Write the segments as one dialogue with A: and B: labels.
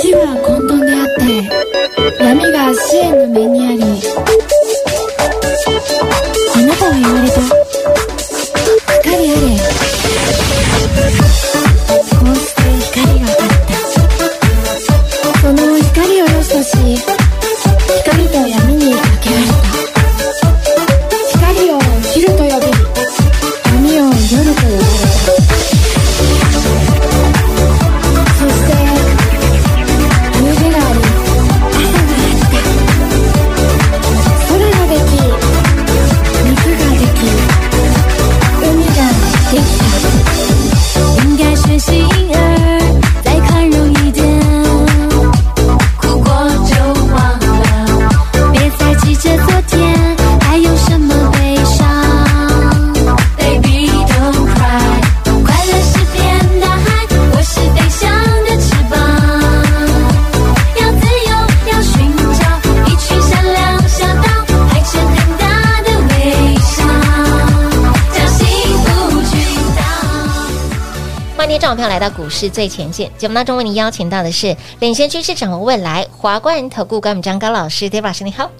A: 死は混沌であって闇が支援の目にありあなたは言われた光あれこうして光が立ったその光を良しとし光と闇にかけられた光を昼と呼び闇を夜と呼ばれたそして、夕べがあり、朝があって、空ができ、肉ができ、海ができた。应该学习婴儿，再宽容一点，哭过就忘了，别再记着昨天，还有什么悲伤？Baby don't cry。快乐是片大海，我是飞翔的翅膀。要自由，要寻找一群善良小岛，排成很大的微笑，叫幸福群岛。
B: 欢迎听众朋友来到股市最前线节目当中，为您邀请到的是领先趋势、掌握未来华冠投顾高敏章高老师，David 老师你好。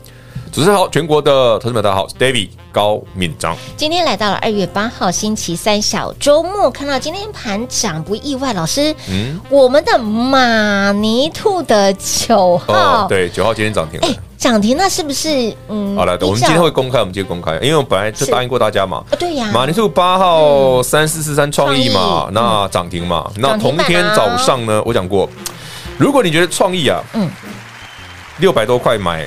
C: 主持人好，全国的投资者大家好，我是 David 高敏章。
B: 今天来到了二月八号星期三小周末，看到今天盘涨不意外，老师，
C: 嗯，
B: 我们的马尼兔的九号、
C: 哦，对，九号今天涨停了。
B: 哎涨停，那是不是嗯？
C: 好了，
B: 比较
C: 我们今天会公开，我们今天公开，因为我本来就是答应过大家嘛。
B: 啊对呀、
C: 马尼兔八号三四四三创意
B: 嗯
C: 嘛，
B: 创意
C: 那涨停嘛，那
B: 涨停
C: 同
B: 板啊
C: 天早上呢，我讲过，如果你觉得创意啊，
B: 嗯
C: 嗯，六百多块买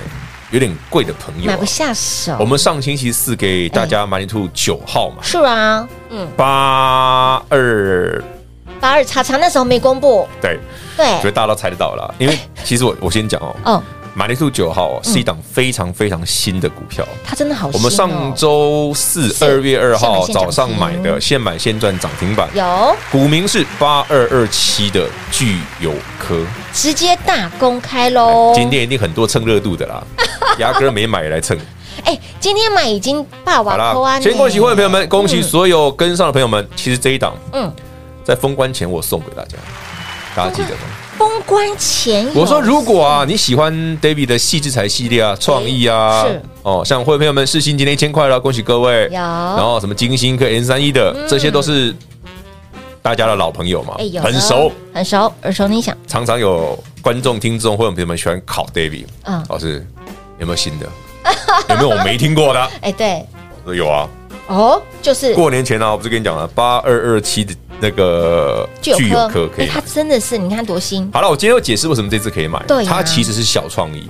C: 有点贵的朋友
B: 买
C: 啊
B: 不，下手，
C: 我们上星期四给大家马尼兔九号嘛，
B: 是啊，嗯，
C: 八二
B: 八二叉叉那时候没公布，
C: 对，所以
B: 对，
C: 大家都猜得到了啦。因为其实我我先讲哦，
B: 哦，
C: 马尼兔九号哦是一档非常非常新的股票。
B: 它真的嗯好、哦，
C: 我们上周四
B: 是
C: 二月二号
B: 现买现涨停
C: 早上买的，现买现赚涨停板，
B: 有
C: 股名是八二二七的聚友科。
B: 直接大公开喽，
C: 今天一定很多蹭热度 的啦，牙哥没买也来蹭。
B: 哎、今天买已经霸
C: 好
B: 王扣啊
C: 啦，
B: 安，
C: 先恭喜会员朋友们，恭喜
B: 嗯
C: 所有跟上的朋友们。其实这一档
B: 嗯，
C: 在封关前我送给大家，大家记得吗？
B: 封关前有
C: 我说，如果啊，你喜欢 David 的细制裁系列啊、创意啊
B: 是，
C: 哦，像会员朋友们，世新今天一千块了，恭喜各位。
B: 有嗯
C: 然后什么金星跟 N 三一的，这些都是大家的老朋友嘛
B: 哎、有，
C: 很熟。，
B: 很熟，耳熟能详。
C: 常常有观众、听众、会员朋友们喜欢考 David，
B: 嗯
C: 老师有没有新的？ 有没有我没听过的？
B: 哎、对，
C: 我说有啊，
B: 哦， 就是
C: 过年前呢、啊，我不是跟你讲了，八二二七的那个
B: 具有科，哎
C: 可以
B: 它
C: 买。
B: 真的是，你看多新
C: 好了，我今天要解释为什么这次可以买。
B: 对啊
C: 它其实是小创意，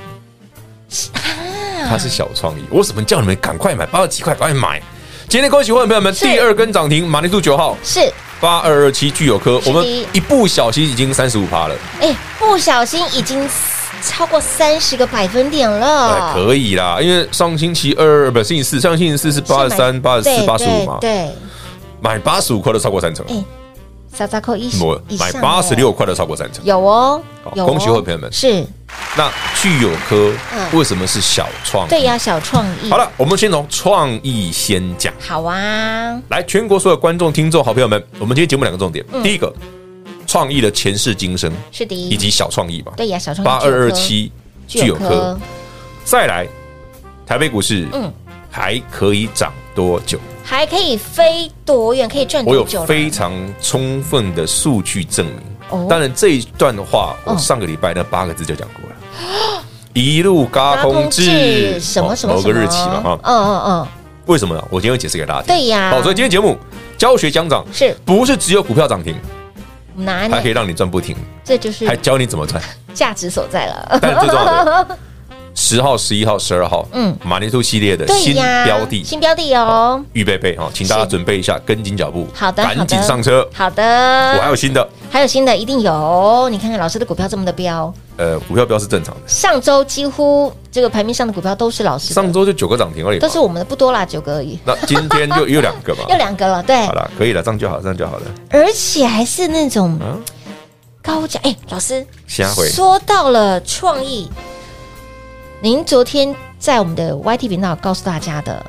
B: 啊
C: 它是小创意。我为什么叫你们赶快买？八十几块，赶快买！今天恭喜会员朋友们，
B: 是
C: 第二根涨停，马尼兔九号
B: 是，
C: 八二二七具有科，
B: 是的
C: 我们一不小心已经三十五趴了，
B: 哎、不小心已经超过三十个百分点了，
C: 哎，可以啦。因为上星期二不是星期四，上星期四是八十三、八十四、八十五嘛，
B: 对，
C: 买八十五块都超过三成
B: 哎，沙扎扣一
C: 我
B: 以上
C: 买
B: 哦
C: 八十六块都超过三成。
B: 有哦
C: 好，
B: 有哦
C: 恭喜我的朋友们
B: 是
C: 那具有科
B: 嗯
C: 为什么是小创？
B: 对呀、小创意
C: 好，了，我们先从创意先讲。
B: 好啊，
C: 来，全国所有观众、听众、好朋友们，我们今天节目两个重点，
B: 嗯
C: 第一个，创意的前世今生
B: 是的，
C: 以及小创意吧，
B: 对呀、小创意
C: 八二二七
B: 具
C: 具
B: 有
C: 有
B: 科
C: 科，再来，台北股市
B: 嗯
C: 还可以涨多久？
B: 还可以飞多远？可以赚
C: 我有
B: 嗯多久呢？
C: 非常充分的数据证
B: 哦
C: 明。当然这一段的话，
B: 嗯
C: 我上个礼拜那八个字就讲过了。 一路嘎空至
B: 什么什么
C: 某
B: 什么
C: 个日期嘛哈，
B: 嗯嗯
C: 为什么呢？我今天会解释给大家听。
B: 对呀
C: 好，所以今天节目教学讲涨
B: 嗯，是
C: 不是只有股票涨停，
B: 拿
C: 还可
B: 你，
C: 以让你赚不停，
B: 这就是
C: 还教你怎么赚。
B: 价值所在了。
C: 但是最重要的，十号、十一号、十二号，
B: 嗯
C: 嗯，马尼兔系列的
B: 对
C: 新
B: 呀，
C: 标的，
B: 新标的哦。
C: 预备备哈，请大家准备一下，跟紧脚步，
B: 好的，好
C: 赶紧
B: 的
C: 上车。
B: 好
C: 我还
B: 的，
C: 有新的，
B: 还有新的一定有。你看看老师的股票这么的标，
C: 呃，股票标是正常的，
B: 上周几乎这个排名上的股票都是老师的，
C: 上周就九个涨停而已嘛
B: 都，是我们的不多啦，九个而已，，
C: 那今天就又两个嘛
B: 又两个了。对
C: 好，了，可以了，这样就好，这样就好了，
B: 而且还是那种
C: 嗯，
B: 高价。哎，老师，
C: 下回
B: 说到了创意，您昨天在我们的 YT 频道告诉大家的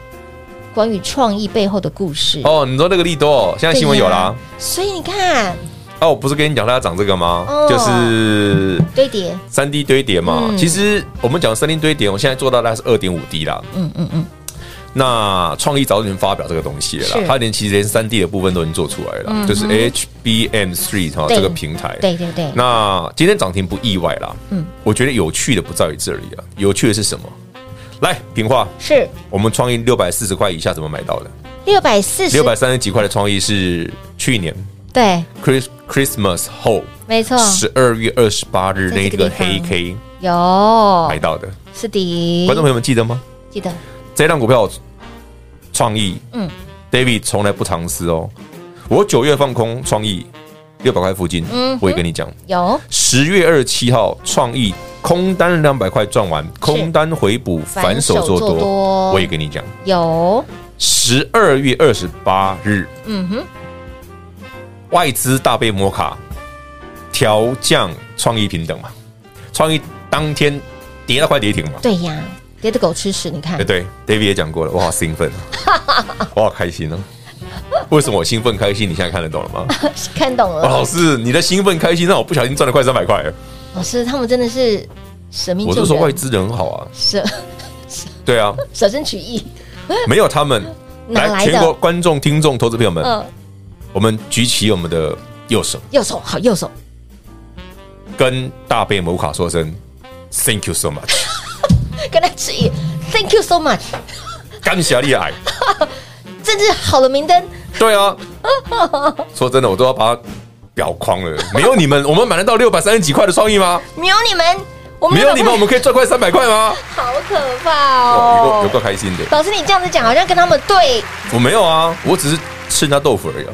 B: 关于创意背后的故事，
C: 哦，你说那个利多，现在新闻有
B: 对，
C: 啦
B: 呀所以你看
C: 哦，我不是跟你讲它要涨这个吗
B: 哦？
C: 就是
B: 堆叠，
C: 三 D 堆叠嘛，
B: 嗯
C: 其实我们讲三 D 堆叠，我现在做到大概是二点五 D 啦。
B: 嗯嗯嗯，
C: 那创意早就已经发表这个东西了
B: 是嗯
C: 啦，它连其实连三 D 的部分都已经做出来了啦，就是 HBM Three 哈
B: 对
C: 这个平台。
B: 对对对，
C: 那今天涨停不意外啦。
B: 嗯
C: 嗯，我觉得有趣的不在于这里啊，有趣的是什么？来，平话，
B: 是
C: 我们创意六百四十块以下怎么买到的？
B: 六百四十
C: 六，百三十几块的创意是去年
B: 对，
C: Chris Christmas 后
B: 没错，
C: 十二月二十八
B: 嗯
C: 日
B: 在
C: 那
B: 这个
C: 这个
B: 地方哦
C: 黑 K
B: 有
C: 买到的。
B: 是的，
C: 观众朋友们记得吗？
B: 记得
C: 这档股票创意，
B: 嗯
C: 嗯，David 从来不藏私哦。我九月放空创意六百块附近，
B: 嗯哼
C: 我也跟你讲，
B: 有
C: 十月二十七号创意空单两百块赚完，空单回补反手做
B: 反手做多
C: 多，我也跟你讲，
B: 有，
C: 十二月二十八日
B: 嗯哼，
C: 外资大被摩卡调降创意平等嘛，创意当天跌到快跌停嘛。
B: 对呀，跌的狗吃屎，你看
C: 哎，，对，David 也讲过了，我好兴奋啊， 我好开心哦、为什么我兴奋开心？你现在看得懂了 吗？
B: 看懂
C: 哦、老
B: 了，
C: 师，你的兴奋开心让我不小心赚了快三百块。
B: 老师他们真的是舍命
C: 我
B: 救
C: 是说外
B: 人，
C: 资人很好啊，
B: 舍
C: 对啊，
B: 舍身取义，
C: 没有他们，
B: 哪来的
C: 全国观众、听众、投资朋友们，
B: 嗯，
C: 我们举起我们的右手，
B: 右手好，右手
C: 跟大贝摩卡说声 Thank you so much，
B: 跟他致意，Thank you so much，
C: 感谢你爱。
B: 真是好了明灯，
C: 对啊，说真的，我都要把它裱框了。没有你们，我们买得到六百三十几块的创意吗？
B: 没有你们，我们
C: 没有你们，
B: 老
C: 我
B: 板
C: 们可以赚快三百块吗？
B: 好可怕
C: 哇有够有
B: 哦
C: 够。开心的。
B: 老师，你这样子讲好像跟他们对，
C: 我没有啊，我只是吃人家豆腐而已、啊。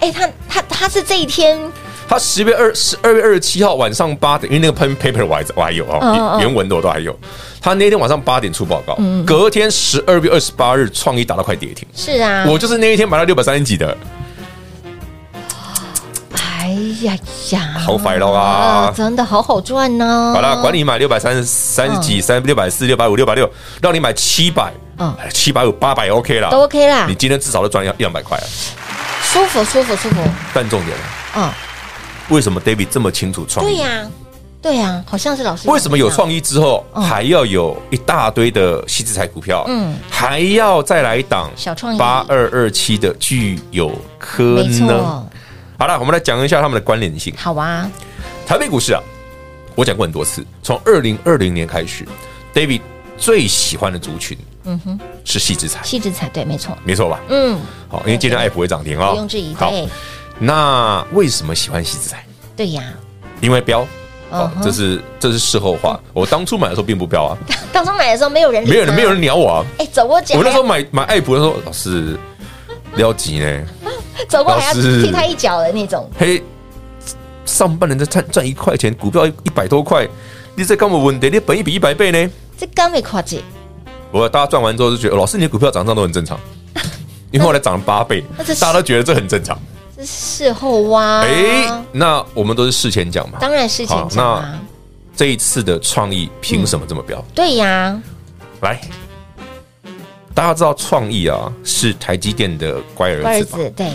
B: 哎，他他他是这一天，
C: 他十月二十二月二十七号晚上八点，因为那个 pen paper 我还我还有啊、
B: 嗯嗯嗯嗯
C: 原原文的我都还有。他那天晚上八点出报告，隔天十二月二十八日创意打到快跌停，
B: 是啊，
C: 我就是那一天买到六百三十几的，
B: 嗯哎呀呀，
C: 好烦了啊
B: 真的好好赚哦呢。
C: 好啦，管你买六百三三十几、三六百四、六百五、六百六，让你买七百
B: 嗯，
C: 七百五、八百 OK 啦，
B: 都 OK 啦
C: 你，今天至少都赚一两百块啊。
B: 舒服舒服舒服，
C: 但重点，
B: 嗯，
C: 为什么 David 这么清楚创
B: 对
C: 意？
B: 呀，对呀，好像是老师
C: 为什么有创意之后
B: 嗯
C: 还要有一大堆的西资材股票？
B: 嗯
C: 嗯，还要再来一档
B: 小创意
C: 八二二七的具有科
B: 没
C: 呃呢？
B: 错，
C: 好了，我们来讲一下它们的关联性。
B: 好啊，
C: 台北股市啊，我讲过很多次，从二零二零年开始，David 最喜欢的族群，嗯
B: 哼
C: 哼，是细资材，
B: 细致才对，没错，
C: 没错吧？
B: 嗯，
C: 好，因为今天 App 不会涨停哦，
B: 不用质疑，
C: 好，
B: 对
C: 那为什么喜欢细资材？
B: 对呀，
C: 因为标。哦
B: 嗯哼，嗯
C: 这是这是事后话。我当初买的时候并不 标啊，
B: 当初买的时候没有人理
C: 没有人
B: 他
C: 没有人鸟我啊。
B: 哎，走过姐
C: 我那
B: 还
C: 时候
B: 要
C: 买买爱普的时候，老师撩急呢，
B: 走过还要
C: 老师
B: 踢他一脚的那种，
C: 嘿，上半年才赚赚一块钱，股票一百多块，你在干嘛问题？你本一比一百倍呢？
B: 这刚被夸姐，
C: 我大家赚完之后就觉得，哦老师你的股票涨上都很正常，因为后来涨了八倍
B: 那这，是
C: 大家都觉得这很正常。
B: 这事后哇，
C: 哎，那我们都是事前讲嘛，
B: 哦当然事情
C: 好
B: 讲啊，
C: 这一次的创意凭什么这么标？
B: 对呀，
C: 来，大家知道创意啊是台积电的乖儿
B: 乖儿
C: 子吧，
B: 子，对，
C: 对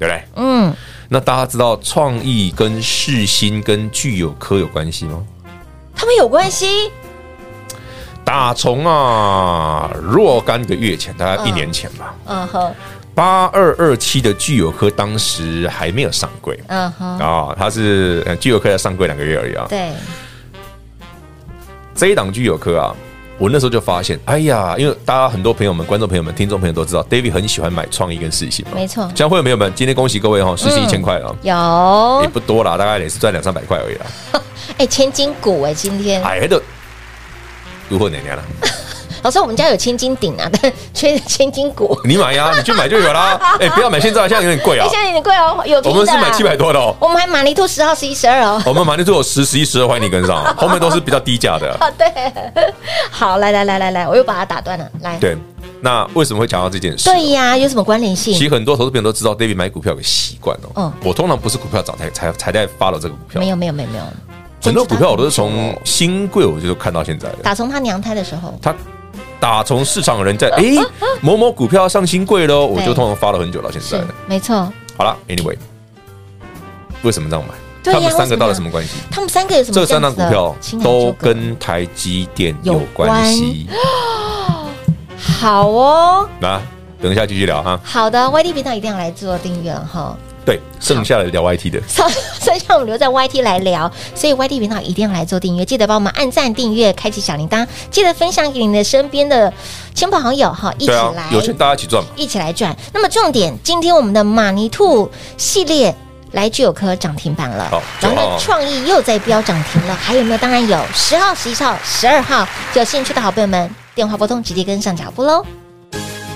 C: 不对？
B: 嗯，
C: 那大家知道创意跟世新跟具有科有关系吗？
B: 他们有关系，
C: 打从啊若干个月前，大概一年前吧，
B: 嗯哼，
C: 八二二七的具有科当时还没有上柜
B: 嗯哼，
C: 啊，它是呃具有科才上柜两个月而已啊。
B: 对，
C: 这一档具有科啊，我那时候就发现，哎呀，因为大家很多朋友们、观众朋友们、听众朋友都知道，David 很喜欢买创意跟世新嘛，
B: 没错嗯
C: 将会有没有们？今天恭喜各位哈，世新一千块了啊。
B: 有，
C: 也不多啦，大概也是赚两三百块而已啦。
B: 嗯哎、千金股哎、今天
C: 哎，那如何能量了？
B: 老师，我们家有千斤顶啊，但缺千斤骨。
C: 你买呀，你去买就 有啦。哎，不要买现在，现在有点贵
B: 哎，
C: 啊。
B: 现在有点贵哦，有
C: 我
B: 便宜的
C: 们是
B: 啦
C: 买七百，多的哦，
B: 我们还马尼兔十号、十一、十二 哦。
C: 我们马上就有十、十一、十二，欢迎你跟 上啊。后面都是比较低价的。
B: 哦，对， 好，来来来来来，我又把它打断了，来，
C: 对，那为什么会讲到这件事？
B: 对呀，有什么关联性
C: 其？实很多投资朋友都知道，David 买股票有个习惯哦
B: 嗯。
C: 我通常不是股票涨才才才在 follow 这个股票
B: 没，有没有没有没有，
C: 很多股票我都是从新贵我就看到现在的。
B: 打从他娘胎的时候，
C: 它打从市场 有人在哎、某某股票上新贵喽，我
B: 对
C: 就通常发了很久到现在
B: 是
C: 了。
B: 没错。
C: 好了，Anyway，为什么这样买？
B: 对呀
C: 他们三个到底
B: 为什
C: 什
B: 么
C: 么关系？
B: 他们三个有什么
C: 这
B: 样子
C: 三
B: 的
C: 档股票
B: 情感
C: 都
B: 纠葛
C: 跟台积电有关系。
B: 好哦，
C: 那等一下继续聊哈。
B: 好的，YT 频道一定要来做订阅了哈。
C: 对，剩下的聊 YT 的，
B: 剩剩下我们留在 YT 来聊，所以 YT 频道一定要来做订阅，记得帮我们按赞、订阅、开启小铃铛，记得分享给你的身边的亲朋好友哈，一起
C: 对
B: 来、
C: 啊，有钱大家一起赚嘛。
B: 一起来赚。那么重点，今天我们的马尼兔系列来具有科涨停板了
C: 好，
B: 然后
C: 九号
B: 呢，创意又在飙涨停了，还有没有？当然有，十号、十一号、十二号，有兴趣的好朋友们，电话拨通直接跟上脚步喽。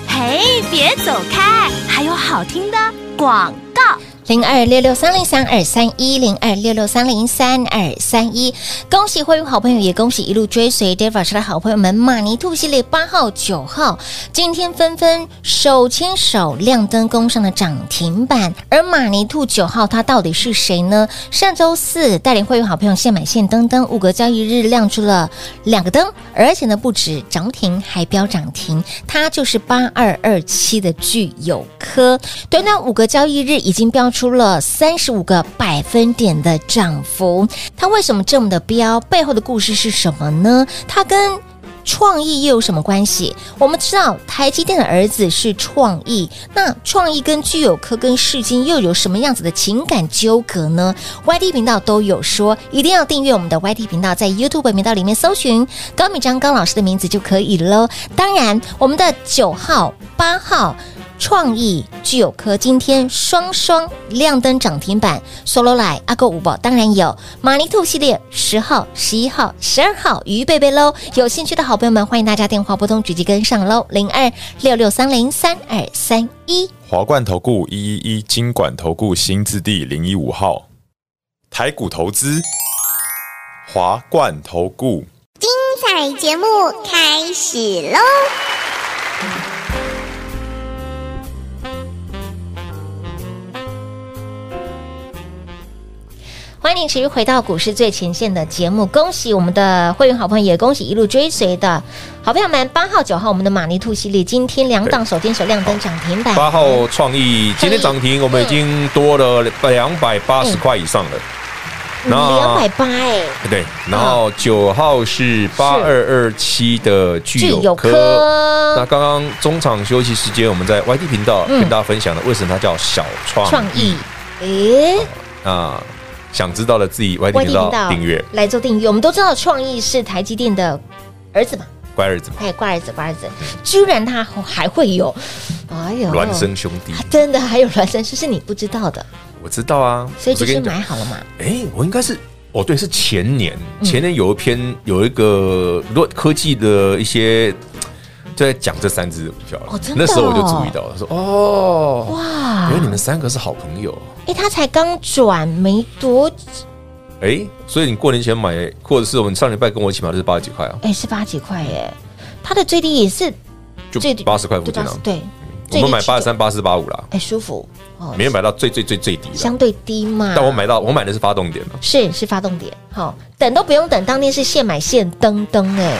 A: 嘿，别走开，还有好听的广告。
B: 零二六六三零三二三一零二六六三零三二三一，恭喜会员好朋友，也恭喜一路追随 Dave 老师的好朋友们，马尼兔系列八号、九号今天纷纷手牵手亮灯攻上了涨停板，而马尼兔九号它到底是谁呢？上周四带领会员好朋友现买现登登，五个交易日亮出了两个灯，而且呢不止涨停还飙涨停，它就是八二二七的聚友科，短短五个交易日已经飙出了三十五个百分点的涨幅。它为什么这么的飙？背后的故事是什么呢？它跟创意又有什么关系？我们知道台积电的儿子是创意，那创意跟具有科跟世金又有什么样子的情感纠葛呢？YT 频道都有说，一定要订阅我们的 YT 频道，在 YouTube 频道里面搜寻高敏章高老师的名字就可以喽。当然，我们的九号、八号。创意具有科今天双双亮灯涨停板，Solo 来阿狗五宝当然有马尼兔系列十号、十一号、十二号鱼贝贝喽。有兴趣的好朋友们，欢迎大家电话拨通直接跟上喽，零二六六三零三二三一。
D: 华冠投顾一一一金管投顾新字第零一五号，台股投资，华冠投顾。
E: 彩节目开始喽！
B: 欢迎你持续回到股市最前线的节目，恭喜我们的会员好朋友，也恭喜一路追随的好朋友们。八号、九号，我们的马尼兔系列今天两档手牵手亮灯涨停板，
C: 八号创
B: 哎
C: 意今天涨停，我们已经多了两百八
B: 嗯
C: 十块以上了。
B: 两百八哎，
C: 对，然后九号是八二二七的聚友
B: 聚友科
C: 科。那刚刚中场休息时间，我们在 YT 频道
B: 嗯
C: 跟大家分享了为什么它叫小
B: 创
C: 创
B: 意
C: 意。哦
B: 诶。
C: 啊。想知道的自己
B: 外
C: YT
B: 地
C: 频
B: 频
C: 道
B: 道
C: 订阅，
B: 来做订阅。我们都知道创意是台积电的儿子嘛，
C: 乖儿子嘛，
B: 哎，乖儿子，乖儿子，居然他还会有，哎呦，
C: 嗯孪生兄弟，
B: 啊，真的还有孪生，是是你不知道的，
C: 我知道啊。
B: 所以就
C: 我
B: 是
C: 跟你讲
B: 买好了嘛，
C: 哎，我应该是哦，对，是前年，
B: 嗯
C: 前年有一篇有一个如果科技的一些就在讲这三只股票了
B: 哦真的哦
C: 那时候我就注意到了，说哦，
B: 哇
C: 原来，你们三个是好朋友。
B: 哎，他才刚转没多，
C: 哎，所以你过年前买，或者是我们上礼拜跟我一起买，就是八十几块啊，
B: 哎，是八几块耶，他的最低也是
C: 就
B: 最低
C: 八十块附
B: 对
C: 近
B: 八
C: 啊
B: 十，。对，
C: 我们买
B: 最低七
C: 八
B: 九
C: 十三、八四、八五啦，
B: 哎，舒服哦
C: 没有买到最最最最低
B: 相
C: 啦。
B: 对低嘛，
C: 但我买到我买的是发动点嘛，
B: 是是发动点，好，等都不用等，当天是现买现登登哎，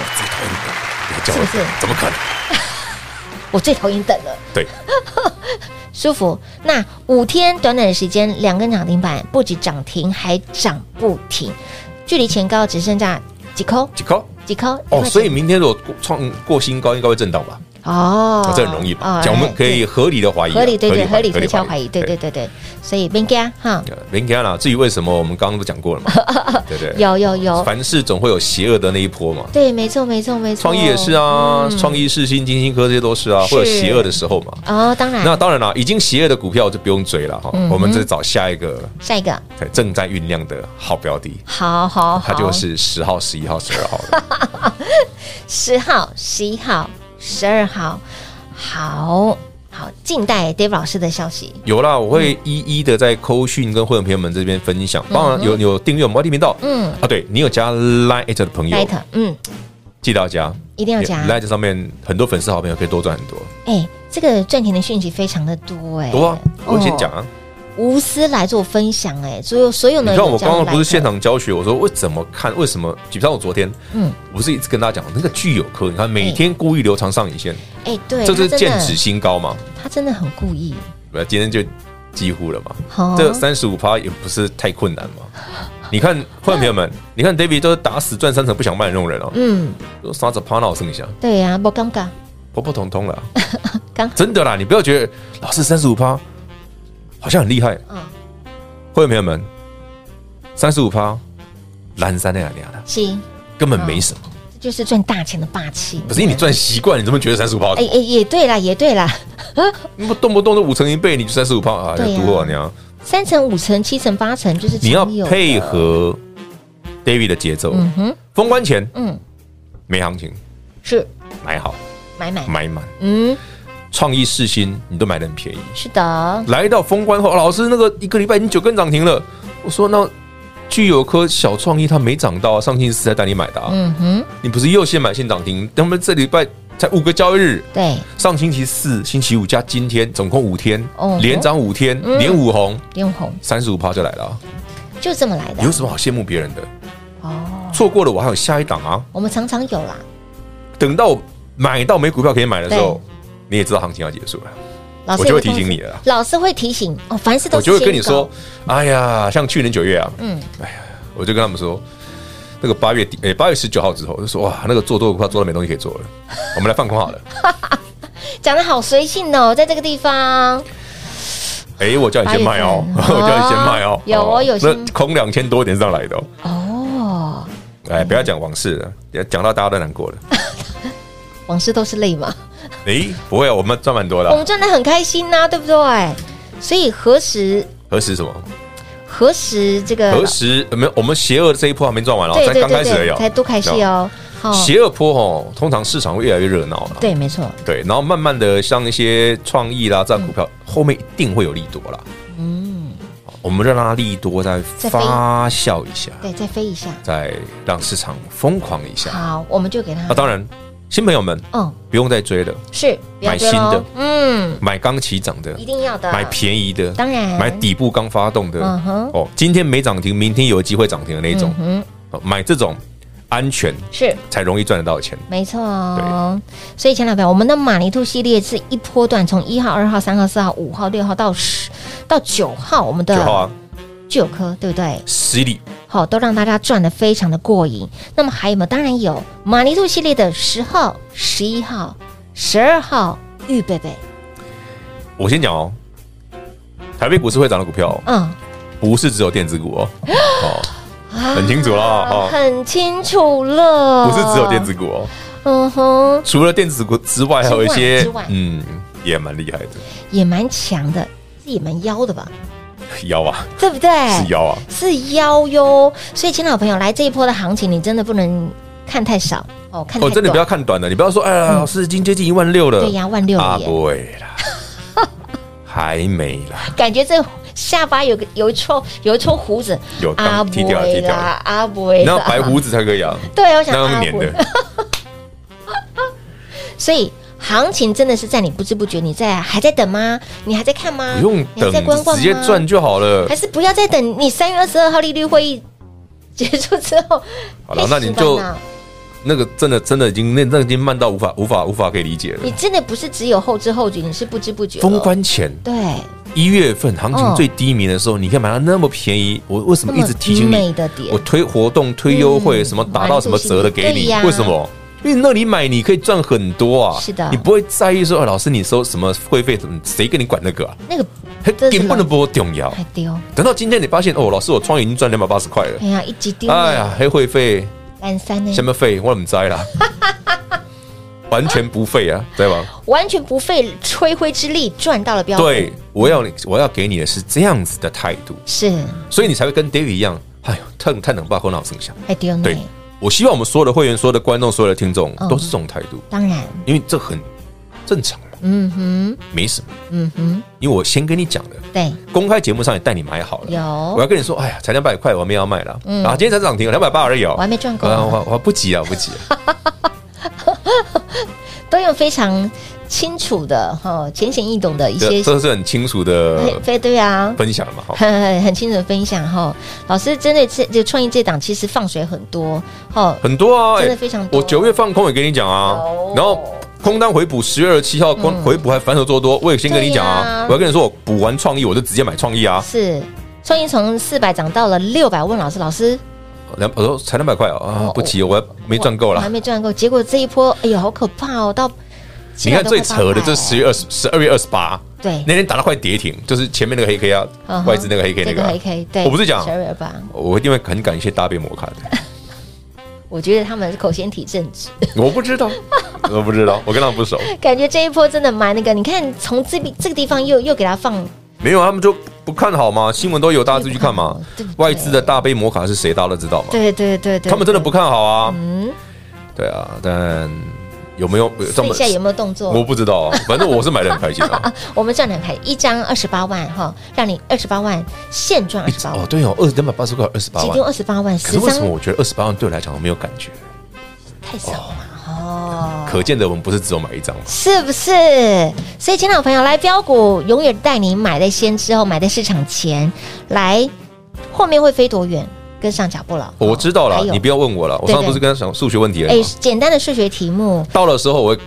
C: 叫
B: 是
C: 我
B: 不是？
C: 怎么可能？
B: 我最讨厌等了。
C: 对，
B: 舒服。那五天短短的时间，两根涨停板，不止涨停，还涨不停，距离前高只剩下几扣
C: 几颗
B: 几扣
C: 哦哦，所以明天如果过创过新高，应该会震荡吧？
B: 哦
C: 啊，这很容易吧？
B: 哦
C: 讲我们可以
B: 对
C: 合理的怀疑啊，
B: 合理对对合理推敲
C: 敲
B: 怀疑，对对。对对，所以 b e n g a 哈，
C: 林凯啦，啊至于为什么，我们刚刚都讲过了 嘛，对不对？
B: 有有有，
C: 凡事总会有邪恶的那一波嘛。
B: 对，没错没错没错，嗯
C: 创意也是啊，创意、世新、金星科这些都是啊，
B: 是
C: 会有邪恶的时候嘛。
B: 哦，当然，
C: 那当然啦，已经邪恶的股票就不用追了哈
B: 嗯，哼
C: 我们再找下一个
B: 下一个，
C: 哎正在酝酿的好标的，
B: 好好好，
C: 它就是十号、十一号、十二号的。
B: 十号、十一号、十二号，好好静待 Dave 老师的消息。
C: 有啦，我
B: 嗯
C: 会一一的在扣讯跟会员朋友们这边分享。当然有有订阅我们 YT 频道，
B: 嗯
C: 啊，对你有加 Line 的朋友
B: l i g h 嗯，
C: 记得要加，
B: 一定要加。
C: Line 上面很多粉丝好朋友可以多赚很多，
B: 哎，这个赚钱的讯息非常的多哎，
C: 多啊！我先讲
B: 哦，
C: 啊，
B: 无私来做分享哎，所有所有呢，
C: 你看我
B: 有加
C: 刚
B: 入
C: 刚不是
B: Lite
C: 现场教学，我说我怎么看，为什么？比方我昨天，
B: 嗯
C: 嗯，我不是一直跟大家讲那个具有科，你看每天故意留长上影线，
B: 哎，对，
C: 这
B: 他
C: 是
B: 真的
C: 剑指，新高嘛？
B: 他真的很故意，
C: 那今天就几乎了嘛，
B: 哦
C: 这三十五趴也不是太困难嘛。你 看，会员朋友们，你看 David 都是打死赚三成不想卖的那种人哦，
B: 嗯，
C: 都傻子趴那我剩下，
B: 对呀，不尴尬，
C: 普普通通了啊，
B: 刚
C: 真的啦，你不要觉得老师三十五趴好像很厉害，
B: 嗯
C: 会员朋友们，三十五趴蓝山那两两的
B: 是，
C: 啊根本没什么，
B: 这就是赚大钱的霸气。
C: 不是因为你赚习惯，你怎么觉得三十五趴
B: 哎？哎，也对啦，也对啦，
C: 那么动不动都五成一倍，你就三十五趴啊？
B: 对啊
C: 你读我娘！
B: 三层、五层、七层、八层，就是
C: 你要
B: 常有的
C: 配，合 David 的节奏，
B: 嗯哼，
C: 封关前
B: 嗯，
C: 没行情，
B: 是
C: 买好
B: 买买，
C: 买满，
B: 嗯，
C: 创意世新你都买的很便宜。
B: 是的，
C: 来到封关后，哦老师那个一个礼拜已经九根涨停了，我说那具有科小创意它没涨到啊，上星期四才带你买的啊，
B: 嗯哼，
C: 你不是又先买现涨停，他们这礼拜才五个交易日，
B: 对，
C: 上星期四、星期五加今天，总共五天
B: 哦，
C: 连涨五天，
B: 嗯
C: 连五红，
B: 用红
C: 三十五趴就来了啊，
B: 就这么来的
C: 有什么好羡慕别人的？
B: 哦。
C: 错过了我还有下一档啊，
B: 我们常常有啦，
C: 等到我买到没股票可以买的时候，你也知道行情要结束了。
B: 老师
C: 我就会
B: 也通知
C: 提醒你了啦
B: 老师会提醒哦，凡事都
C: 我
B: 是
C: 就会跟
B: 先
C: 你
B: 预告
C: 说，，哎呀，像去年九月啊，
B: 嗯，
C: 我就跟他们说，那个八月底，诶、八月十九号之后，我就说哇，那个做多的快做到没东西可 以做了，我们来放空好了。
B: 讲的好随性哦，在这个地方，
C: 诶、哎我叫你先卖哦，
B: 八 月
C: 我
B: 份
C: 叫你先卖
B: 哦
C: 哦，
B: 有哦有
C: 那
B: 先
C: 空两千多点上来的、哦，
B: 哦，
C: 哎，不要讲往事了，讲到大家都 难过了。
B: 往事都是泪嘛，
C: 诶、不会啊，我们赚蛮多的
B: 我
C: 啊
B: 们，赚的很开心呐、对不对？所以何时
C: 何时什么？
B: 何时这个
C: 何时呃没有？我们邪恶的这一波还没赚完哦，
B: 对
C: 才
B: 对
C: 刚
B: 对
C: 开始而已
B: 对，
C: 哦，
B: 才多开始
C: 知道
B: 哦，
C: 吗。
B: 好、
C: 邪恶波哦，通常市场会越来越热闹了。
B: 对，嗯没错，
C: 对，然后慢慢的像一些创意啦，这样股票、后面一定会有利多啦。嗯，我们让它利多再
B: 再飞
C: 发酵一下，
B: 对，再飞一下，
C: 再让市场疯狂一下。
B: 好，我们就给他
C: 啊那、，当然，新朋友们
B: 嗯，
C: 不用再追了，
B: 是，不要
C: 买
B: 追
C: 新
B: 咯
C: 的
B: 嗯，
C: 买刚起涨的
B: 一，定要的，
C: 买便宜的，
B: 当然
C: 买底部刚发动的。
B: 嗯哼
C: 哦，今天没涨停，明天有机会涨停的那种、
B: 嗯哼，
C: 哦买这种安全
B: 是。
C: 才容易赚得到钱。
B: 没错哦，所以前老板，我们的马尼兔系列是一波段，从一号、二号、三号、四号、五号、六号到十到九号，我们
C: 九号
B: 的
C: 啊，
B: 九科，对不对？
C: 十里
B: 好，都让大家赚的非常的过瘾。那么还有没有？当然有马尼兔系列的十号、十一号、十二号预备备，
C: 我先讲哦，台北股市会涨的股票、哦，
B: 嗯，
C: 不是只有电子股 哦，哦，很清楚了
B: 啊
C: 哦，
B: 很清楚了，
C: 不是只有电子，股哦，
B: 嗯哼，
C: 除了电子股之外，还有一些
B: 之外之外
C: 嗯，也蛮厉害的，
B: 也蛮强的，这也蛮妖的吧，
C: 妖啊，
B: 对不对？
C: 是妖啊，
B: 是妖哟。所以，亲老朋友，来这一波的行情，你真的不能看太少哦，看太
C: 哦，真
B: 短
C: 的不要看短了，你不要说，哎呀，老师已经接近一万六了，
B: 嗯对呀，万六
C: 啊，
B: 了耶，
C: 不会 啦，还没啦，
B: 感觉这下巴有个有一撮有一撮胡子，
C: 有
B: 阿
C: 刚
B: 伯
C: 剃掉了，剃掉了，
B: 啦，阿伯啦，
C: 你要白胡子才可以啊，
B: 对，我想
C: 那
B: 阿
C: 用
B: 伯
C: 粘的，
B: 所以。行情真的是在你不知不觉，你在还在等吗？你还在看吗？
C: 不用
B: 你还
C: 等
B: 在观，望
C: 直接
B: 吗
C: 赚就好了
B: 还。是不要再等你三月二十二号利率会议结束之后。
C: 好了那你就
B: 开始玩啊
C: 那个真的真的已经那那已经慢到无法无法无法可以理解了
B: 你。真的不是只有后知后觉，你是不知不觉了。
C: 封关前
B: 对，
C: 一月份行
B: 嗯
C: 情最低迷的时候，你可以买到那么便宜，我为什么一直提醒
B: 那么美
C: 你
B: 的点？
C: 我推活动、推优惠，
B: 嗯
C: 什么打到什么折的给
B: 对
C: 你
B: 呀？
C: 为什么？因为那里买你可以赚很多啊。
B: 是的
C: 你不会在意说，哦、老师你收什么会费，怎么谁跟你管那个 啊？
B: 那个真是
C: 根本不重要。
B: 还丢，
C: 等到今天你发现，哦，老师我创业已经赚两百八十块了
B: 哎，呀，一级丢，
C: 哎呀，，还会费
B: 蓝三呢
C: 什，么费我怎么 摘啦？完全不费啊，对吧？
B: 完全不费吹灰之力赚到了标股，
C: 对，我要你，我要给你的是这样子的态度，
B: 是
C: 所以你才会跟 David 一样，哎呦，太太能把后脑剩下。
B: 还丢呢
C: 对，，我希望我们所有的会员、所有的观众、所有的听众
B: 嗯
C: 都是这种态度，
B: 当然，
C: 因为这很正常嘛，
B: 嗯哼，
C: 没什么。
B: 嗯哼，
C: 因为我先跟你讲的，
B: 对，
C: 公开节目上也带你买好了。
B: 有
C: 我要跟你说，哎呀，才两百块，我没有要卖了。
B: 嗯
C: 啊，今天才涨停，两百八而已哦，
B: 我还没赚够
C: 啊我我不急啊，不急啊。
B: 都用非常清楚的哈，浅显易懂的 一
C: 这呃
B: 些，
C: 这是很清楚的
B: 嘿非对啊，
C: 分享嘛，哈。
B: 很 很很清楚的分享哈。老师针对这这个创意这档，其实放水很多哈。
C: 很多啊，
B: 真的
C: 哎
B: 非常多
C: 我九月放空也跟你讲啊
B: 有，嗯
C: 然后空单回补，十月二十七号空回补还反手做多，我也先跟你讲
B: 对呀
C: 啊，我要跟你说，我补完创意我就直接买创意啊，
B: 是创意从四百涨到了六百，问老师，老师
C: 两我说才两百块哦啊
B: 哦，
C: 不急，我没赚够
B: 我我还
C: 啦。
B: 没赚够，结果这一波，哎呦，好可怕哦！到
C: 你看最扯的，这
B: 是
C: 十月二十十二月二十八
B: 哦对
C: 那天打到快跌停，就是前面那个黑 K
B: 哎嗯
C: 啊，
B: 哼
C: 外资那个黑 K 那
B: 这
C: 个
B: 个
C: 啊
B: 黑 K，对，
C: 我不是讲
B: 十，二月吧？
C: 我一定会很感谢大变摩卡 的，
B: 我觉得他们口嫌体正直，
C: 我不知道，我不知道，我跟他们不熟，
B: 感觉这一波真的蛮那个。你看，从这边这个地方又又给他放，
C: 没有他们就不看好嘛，新闻都有，大家自己去看嘛
B: 哦对不。对
C: 外资的大杯摩卡是谁，大家都知道嘛。
B: 对对对对，
C: 他们真的不看好啊。
B: 嗯，
C: 对啊，但有没有这
B: 所以
C: 么？
B: 现在有没有动
C: 我
B: 作？
C: 不知道啊，反正我是买的很开心 啊。
B: 我们赚两开，一张二十八万哈，让你二十八万现赚二
C: 一
B: 十
C: 直
B: 八
C: 哦
B: 万，，
C: 对哦，二两百八十块，二十八
B: 只
C: 万
B: 丢。二十八万，
C: 可
B: 十哦
C: 是为
B: 张
C: 什么我觉得二十八万对我来讲我没有感觉？
B: 太少了哦。
C: 可见的我们不是只有买一张嘛。啊
B: 是不是？所以，亲老朋友，来标股永远带你买在先之后，买在市场前，来后面会飞多远，跟上脚步了。
C: 哦我知道
B: 哦还
C: 了，
B: 有
C: 你不要问我了。我
B: 对
C: 上次不是跟他讲数学问题了
B: 哎
C: 吗？，
B: 简单的数学题目
C: 到的时候我会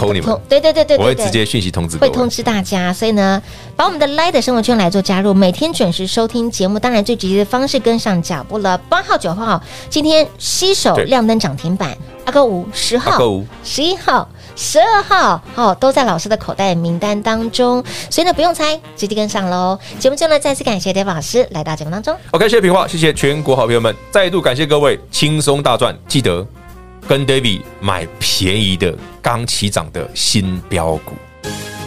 C: 扣你们
B: 通，对对对对，
C: 我会
B: 对对
C: 直接讯息通知各
B: 会通
C: 位。
B: 知大家，所以呢，把我们的 Light 的生活圈来做加入，每天准时收听节目。当然，最直接的方式跟上脚步了。八号、九号，今天携手
C: 对
B: 亮灯涨停板，阿哥五十
C: 阿
B: 号
C: 哥五、
B: 十一号、十二号，哦，都在老师的口袋名单当中，所以呢，不用猜，直接跟上喽。节目最后呢，再次感谢 David 老师来到节目当中。
C: OK，谢谢平话，谢谢全国好朋友们，再度感谢各位轻松大赚，记得跟 David 买便宜的刚起涨的新标股。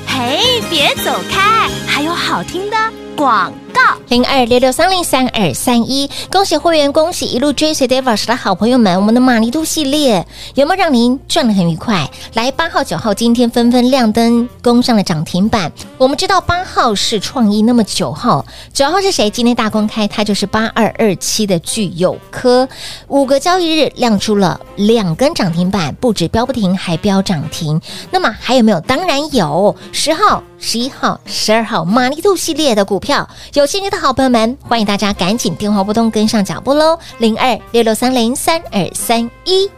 A: 嘿，别走开，还有好听的广告。
B: 零二六六三零三二三一。恭喜会员，恭喜一路追随 Dave 老师的好朋友们，我们的马尼兔系列有没有让您赚得很愉快？来，八号、九号今天纷纷亮灯，攻上了涨停板。我们知道八号是创意，那么九号、九号是谁？今天大公开，它就是八二二七的聚友科，五个交易日亮出了两根涨停板，不止标不停，还标涨停。那么还有没有？当然有，十号、十一号、十二号马尼兔系列的股票，有兴趣的好朋友们，欢迎大家赶紧电话拨通，跟上脚步喽，零二六六三零三二三一。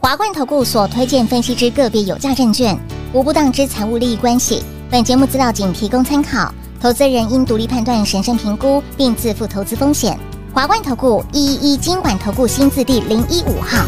E: 华冠投顾所推荐分析之个别有价证券，无不当之财务利益关系。本节目资料仅提供参考，投资人应独立判断、审慎评估，并自负投资风险。华冠投顾一一一金管投顾新字第零一五号。